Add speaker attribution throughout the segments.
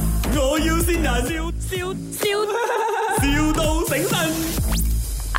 Speaker 1: 要先人，笑笑笑，,笑到醒神。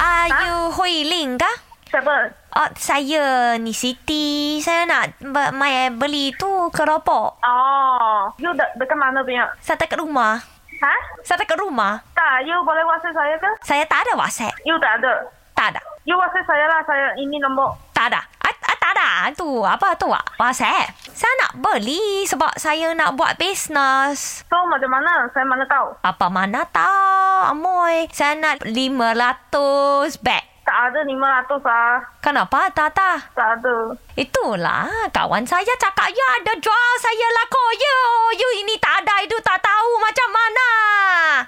Speaker 2: Ayu Hui Ling kah?
Speaker 3: Siapa?
Speaker 2: Oh, saya ni Siti. Saya nak be- mai beli tu keropok.
Speaker 3: Oh, you de- dekat mana punya?
Speaker 2: Saya tak kat rumah.
Speaker 3: Ha?
Speaker 2: Saya tak kat rumah.
Speaker 3: Tak, you boleh WhatsApp saya ke?
Speaker 2: Saya tak ada WhatsApp.
Speaker 3: You tak ada.
Speaker 2: Tak ada.
Speaker 3: You WhatsApp saya lah, saya ini nombor.
Speaker 2: Tak ada. Ah, ah, tak ada. Tu apa tu ah? WhatsApp. Saya nak beli sebab saya nak buat bisnes.
Speaker 3: So, macam mana? Saya mana tahu?
Speaker 2: Apa mana tahu, amoy. Saya nak 500 bag.
Speaker 3: Tak ada 500 lah.
Speaker 2: Kenapa tak ada?
Speaker 3: Tak ada.
Speaker 2: Itulah kawan saya cakap ya ada jual saya lah kau ya. You ini tak ada itu tak tahu macam mana.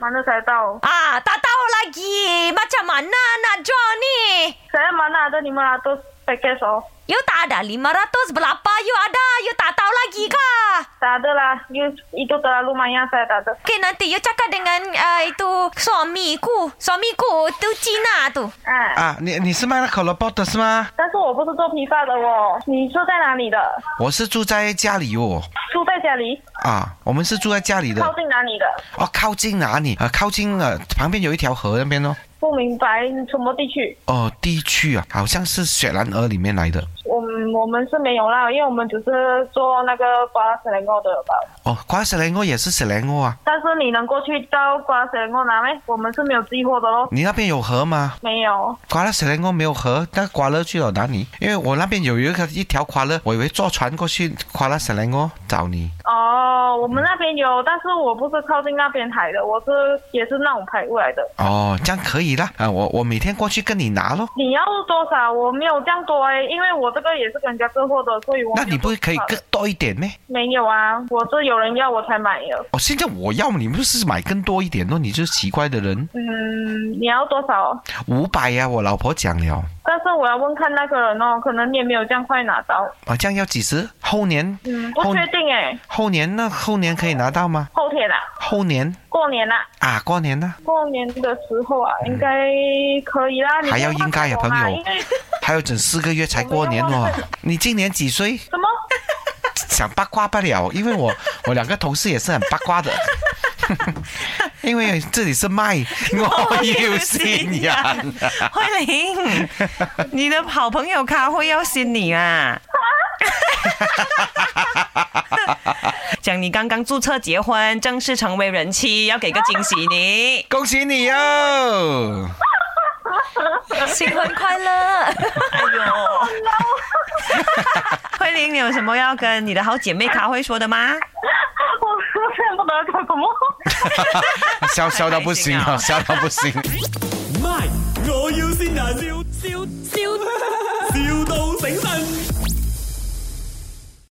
Speaker 3: Mana saya tahu?
Speaker 2: Ah, tak tahu lagi macam mana nak jual ni.
Speaker 3: Saya mana ada 500 package oh.
Speaker 2: You tak ada 500 berapa you ada? You tak tahu lagi kah?
Speaker 3: Tak ada lah. You, itu terlalu banyak, saya tak ada.
Speaker 2: Okay, nanti you cakap dengan uh, itu suamiku. Suamiku tu Cina tu.
Speaker 3: 哎、
Speaker 4: 啊，你你是卖那可乐包的是吗？
Speaker 3: 但是我不是做批发的哦。你住在哪里的？
Speaker 4: 我是住在家里哦，
Speaker 3: 住在家里？
Speaker 4: 啊，我们是住在家里的
Speaker 3: 靠近哪里的？
Speaker 4: 哦，靠近哪里？啊，靠近呃旁边有一条河那边哦。
Speaker 3: 不明白，你什么地区？
Speaker 4: 哦，地区啊，好像是雪兰莪里面来的。
Speaker 3: 我们嗯我们是没有啦，因为我们只是做那个瓜拉斯雷诺的吧。
Speaker 4: 哦，瓜雪兰莪也是雪兰莪啊。
Speaker 3: 但是你能过去到瓜拉斯雷诺拿没？我们是没有寄货的咯。
Speaker 4: 你那边有河吗？
Speaker 3: 没有，
Speaker 4: 瓜拉雪兰莪没有河，那瓜乐去了哪里？因为我那边有一个一条瓜乐，我以为坐船过去瓜拉雪兰莪找你。
Speaker 3: 哦，我们那边有，但是我不是靠近那边海的，我是也是那种排过来的。
Speaker 4: 哦，这样可以啦。啊，我我每天过去跟你拿咯。
Speaker 3: 你要多少？我没有这样多哎，因为我这个也是跟人家订货的，所以我
Speaker 4: 那你不
Speaker 3: 会
Speaker 4: 可以更多一点咩？
Speaker 3: 没有啊，我是有人要我才买的。
Speaker 4: 哦，现在我要你不是买更多一点咯，你就是奇怪的人。
Speaker 3: 嗯，你要多少？
Speaker 4: 五百呀，我老婆讲了，
Speaker 3: 但是我要问看那个人哦，可能你也没有这样快拿到。
Speaker 4: 啊，这样要几十？后年，
Speaker 3: 嗯，不
Speaker 4: 后
Speaker 3: 确定哎，
Speaker 4: 后年那后年可以拿到吗？
Speaker 3: 后天啊，
Speaker 4: 后年
Speaker 3: 过年啊，
Speaker 4: 啊，过年呢？
Speaker 3: 过年的时候啊，应该可以啦。你
Speaker 4: 嗯还要应该呀
Speaker 3: 不要
Speaker 4: 朋
Speaker 3: 骂
Speaker 4: 友
Speaker 3: 我嘛因为
Speaker 4: 还有整四个月才过年哦。你今年几岁？
Speaker 3: 什么？
Speaker 4: 想八卦不了，因为我 我两个同事也是很八卦的。 因为这里是卖，我要新人。
Speaker 5: 慧玲，你的好朋友咖会要新你啊！讲你刚刚注册结婚，正式成为人妻，要给个惊喜 你。
Speaker 4: 恭喜你哦！
Speaker 2: 新婚快乐！
Speaker 5: 哎呦，慧玲，你有什么要跟你的好姐妹咖会说的吗？
Speaker 3: 我 恨不得搞什么？
Speaker 4: 笑笑到不行啊，笑到不行。
Speaker 1: 卖，我要先人，笑笑笑。